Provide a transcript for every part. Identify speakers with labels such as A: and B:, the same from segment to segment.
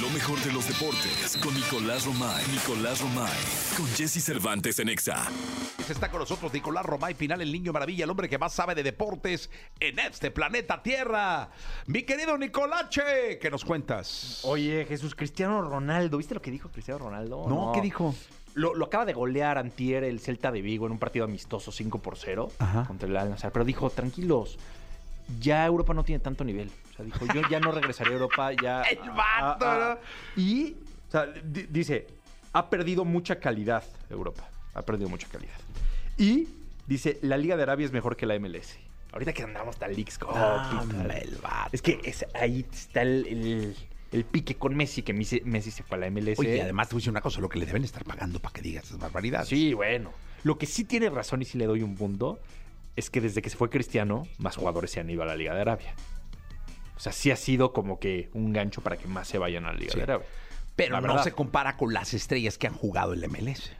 A: Lo mejor de los deportes con Nicolás Romay. Nicolás Romay. Con Jesse Cervantes en Exa.
B: Está con nosotros Nicolás Romay Pinal, el niño maravilla, el hombre que más sabe de deportes en este planeta Tierra. Mi querido Nicolache, ¿qué nos cuentas?
C: Oye, Jesús Cristiano Ronaldo, ¿viste lo que dijo Cristiano Ronaldo?
B: No, ¿qué dijo?
C: Lo, lo acaba de golear antier el Celta de Vigo en un partido amistoso 5 por 0
B: Ajá.
C: contra el Al-Nassr, pero dijo, tranquilos, ya Europa no tiene tanto nivel. O sea, dijo, yo ya no regresaré a Europa, ya...
B: El vato,
C: Y, o sea, di- dice, ha perdido mucha calidad Europa, ha perdido mucha calidad. Y, dice, la Liga de Arabia es mejor que la MLS. Ahorita que andamos hasta Leagues Cup y
B: Ah,
C: tal. Es que es- ahí está el, el- el pique con Messi, que Messi, Messi se fue a la MLS.
B: Oye, y además te voy a decir una cosa, lo que le deben estar pagando para que digas esas barbaridades.
C: Sí, bueno. Lo que sí tiene razón y sí le doy un punto es que desde que se fue Cristiano, más jugadores se han ido a la Liga de Arabia. O sea, sí ha sido como que un gancho para que más se vayan a la Liga
B: Sí.
C: de Arabia.
B: pero
C: la
B: no
C: verdad.
B: se compara con las estrellas que han jugado el MLS.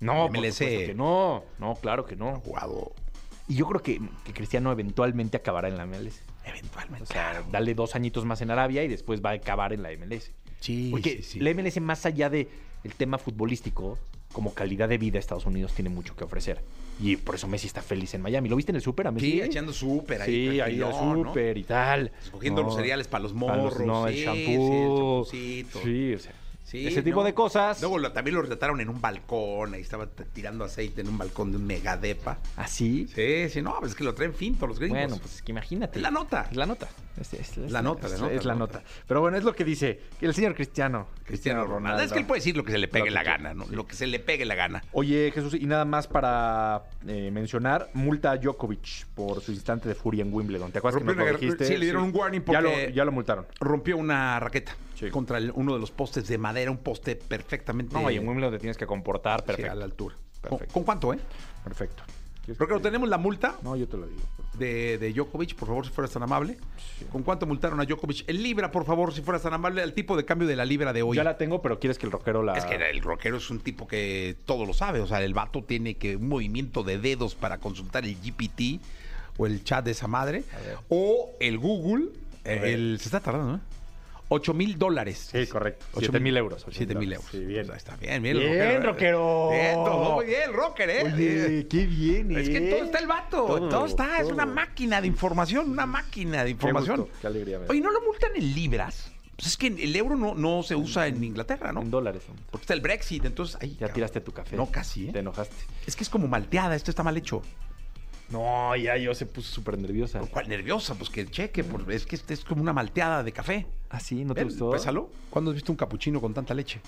C: No,
B: La
C: por
B: MLS.
C: supuesto que no. No, claro que no.
B: Jugado
C: Y yo creo que, que Cristiano eventualmente acabará en la MLS.
B: eventualmente.
C: O sea, dale dos añitos más en Arabia y después va a acabar en la MLS.
B: sí, sí,
C: Porque
B: sí.
C: la MLS, más allá de el tema futbolístico, como calidad de vida, Estados Unidos tiene mucho que ofrecer. Y por eso Messi está feliz en Miami. ¿Lo viste en el Super a Messi?
B: Sí, echando súper ahí.
C: Sí, ahí al
B: tranquilón, ¿no?
C: súper y tal.
B: Escogiendo
C: No,
B: los cereales para los
C: para
B: morros.
C: los- no,
B: sí,
C: el
B: sí,
C: shampoo.
B: champucito.
C: Sí, o sea,
B: Sí,
C: ese tipo
B: no.
C: de cosas.
B: Luego lo- también lo retrataron en un balcón, ahí estaba t- tirando aceite en un balcón de un megadepa.
C: Así.
B: Sí, sí, no, pues es que lo traen finto los gringos.
C: Bueno, pues es que imagínate.
B: Es la nota.
C: Es la nota. Es, es- es
B: La nota, la
C: es-
B: nota,
C: es la
B: la
C: nota. Pero bueno, es lo que dice el señor Cristiano.
B: Cristiano Ronaldo. Es que pues, él puede decir lo que se le pegue la gana, ¿no? Lo que se le pegue la gana.
C: Oye, Jesús, y nada más para eh, mencionar, multa a Djokovic por su instante de furia en Wimbledon. ¿Te acuerdas que
B: Rompió
C: nos lo
B: una-
C: dijiste?
B: sí, le dieron un warning
C: Ya lo-
B: porque-
C: ya lo multaron.
B: Rompió una raqueta
C: Sí.
B: contra el- uno de los postes de madera, un poste perfectamente
C: No, y en Wimbledon te tienes que comportar
B: sí, a
C: perfecto.
B: la altura. ¿Con,
C: Perfecto.
B: con cuánto, eh?
C: Perfecto.
B: Porque no tenemos la multa
C: No, yo te lo digo.
B: de, de Djokovic, por favor, si fueras tan amable. ¿Con cuánto multaron a Djokovic? En libra, por favor, si fueras tan amable, al tipo de cambio de la libra de hoy.
C: Ya la tengo, pero quieres que el rockero la.
B: Es que el rockero es un tipo que todo lo sabe. O sea, el vato tiene que un movimiento de dedos para consultar el GPT o el chat de esa madre. O el Google. eh, el- se está tardando, ¿eh? 8 mil dólares.
C: Sí, correcto.
B: Ocho
C: 7 mil euros.
B: 7 mil euros.
C: Sí, bien.
B: O sea, está bien, bien. el
C: Bien, rockero.
B: Bien, todo muy bien, el rocker, ¿eh?
C: Oye, qué bien,
B: Es que en
C: ¿eh?
B: todo está el vato. Todo,
C: Todo,
B: está. Es
C: todo.
B: una máquina de información, una máquina de información.
C: gusto, qué alegría me da.
B: Oye, ¿no lo multan en libras? Pues es que el euro no, no se usa en Inglaterra, ¿no?
C: En dólares.
B: Porque está el Brexit, entonces ahí.
C: Ya tiraste tu café.
B: No, casi, ¿eh?
C: Te enojaste.
B: Es que es como malteada, esto está mal hecho.
C: No, ya yo se puso súper nerviosa.
B: Lo cual nerviosa, pues que cheque, por- es que este es como una malteada de café.
C: ¿Ah, sí? ¿No te
B: Ven,
C: gustó?
B: Pésalo. ¿Cuándo has visto un capuchino con tanta leche?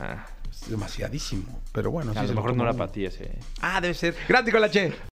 C: Ah,
B: Es demasiadísimo. Pero bueno,
C: a
B: sí
C: lo
B: se
C: mejor
B: toma
C: no la
B: uno.
C: patías, eh.
B: Ah, debe ser. Gracias, Nicolache.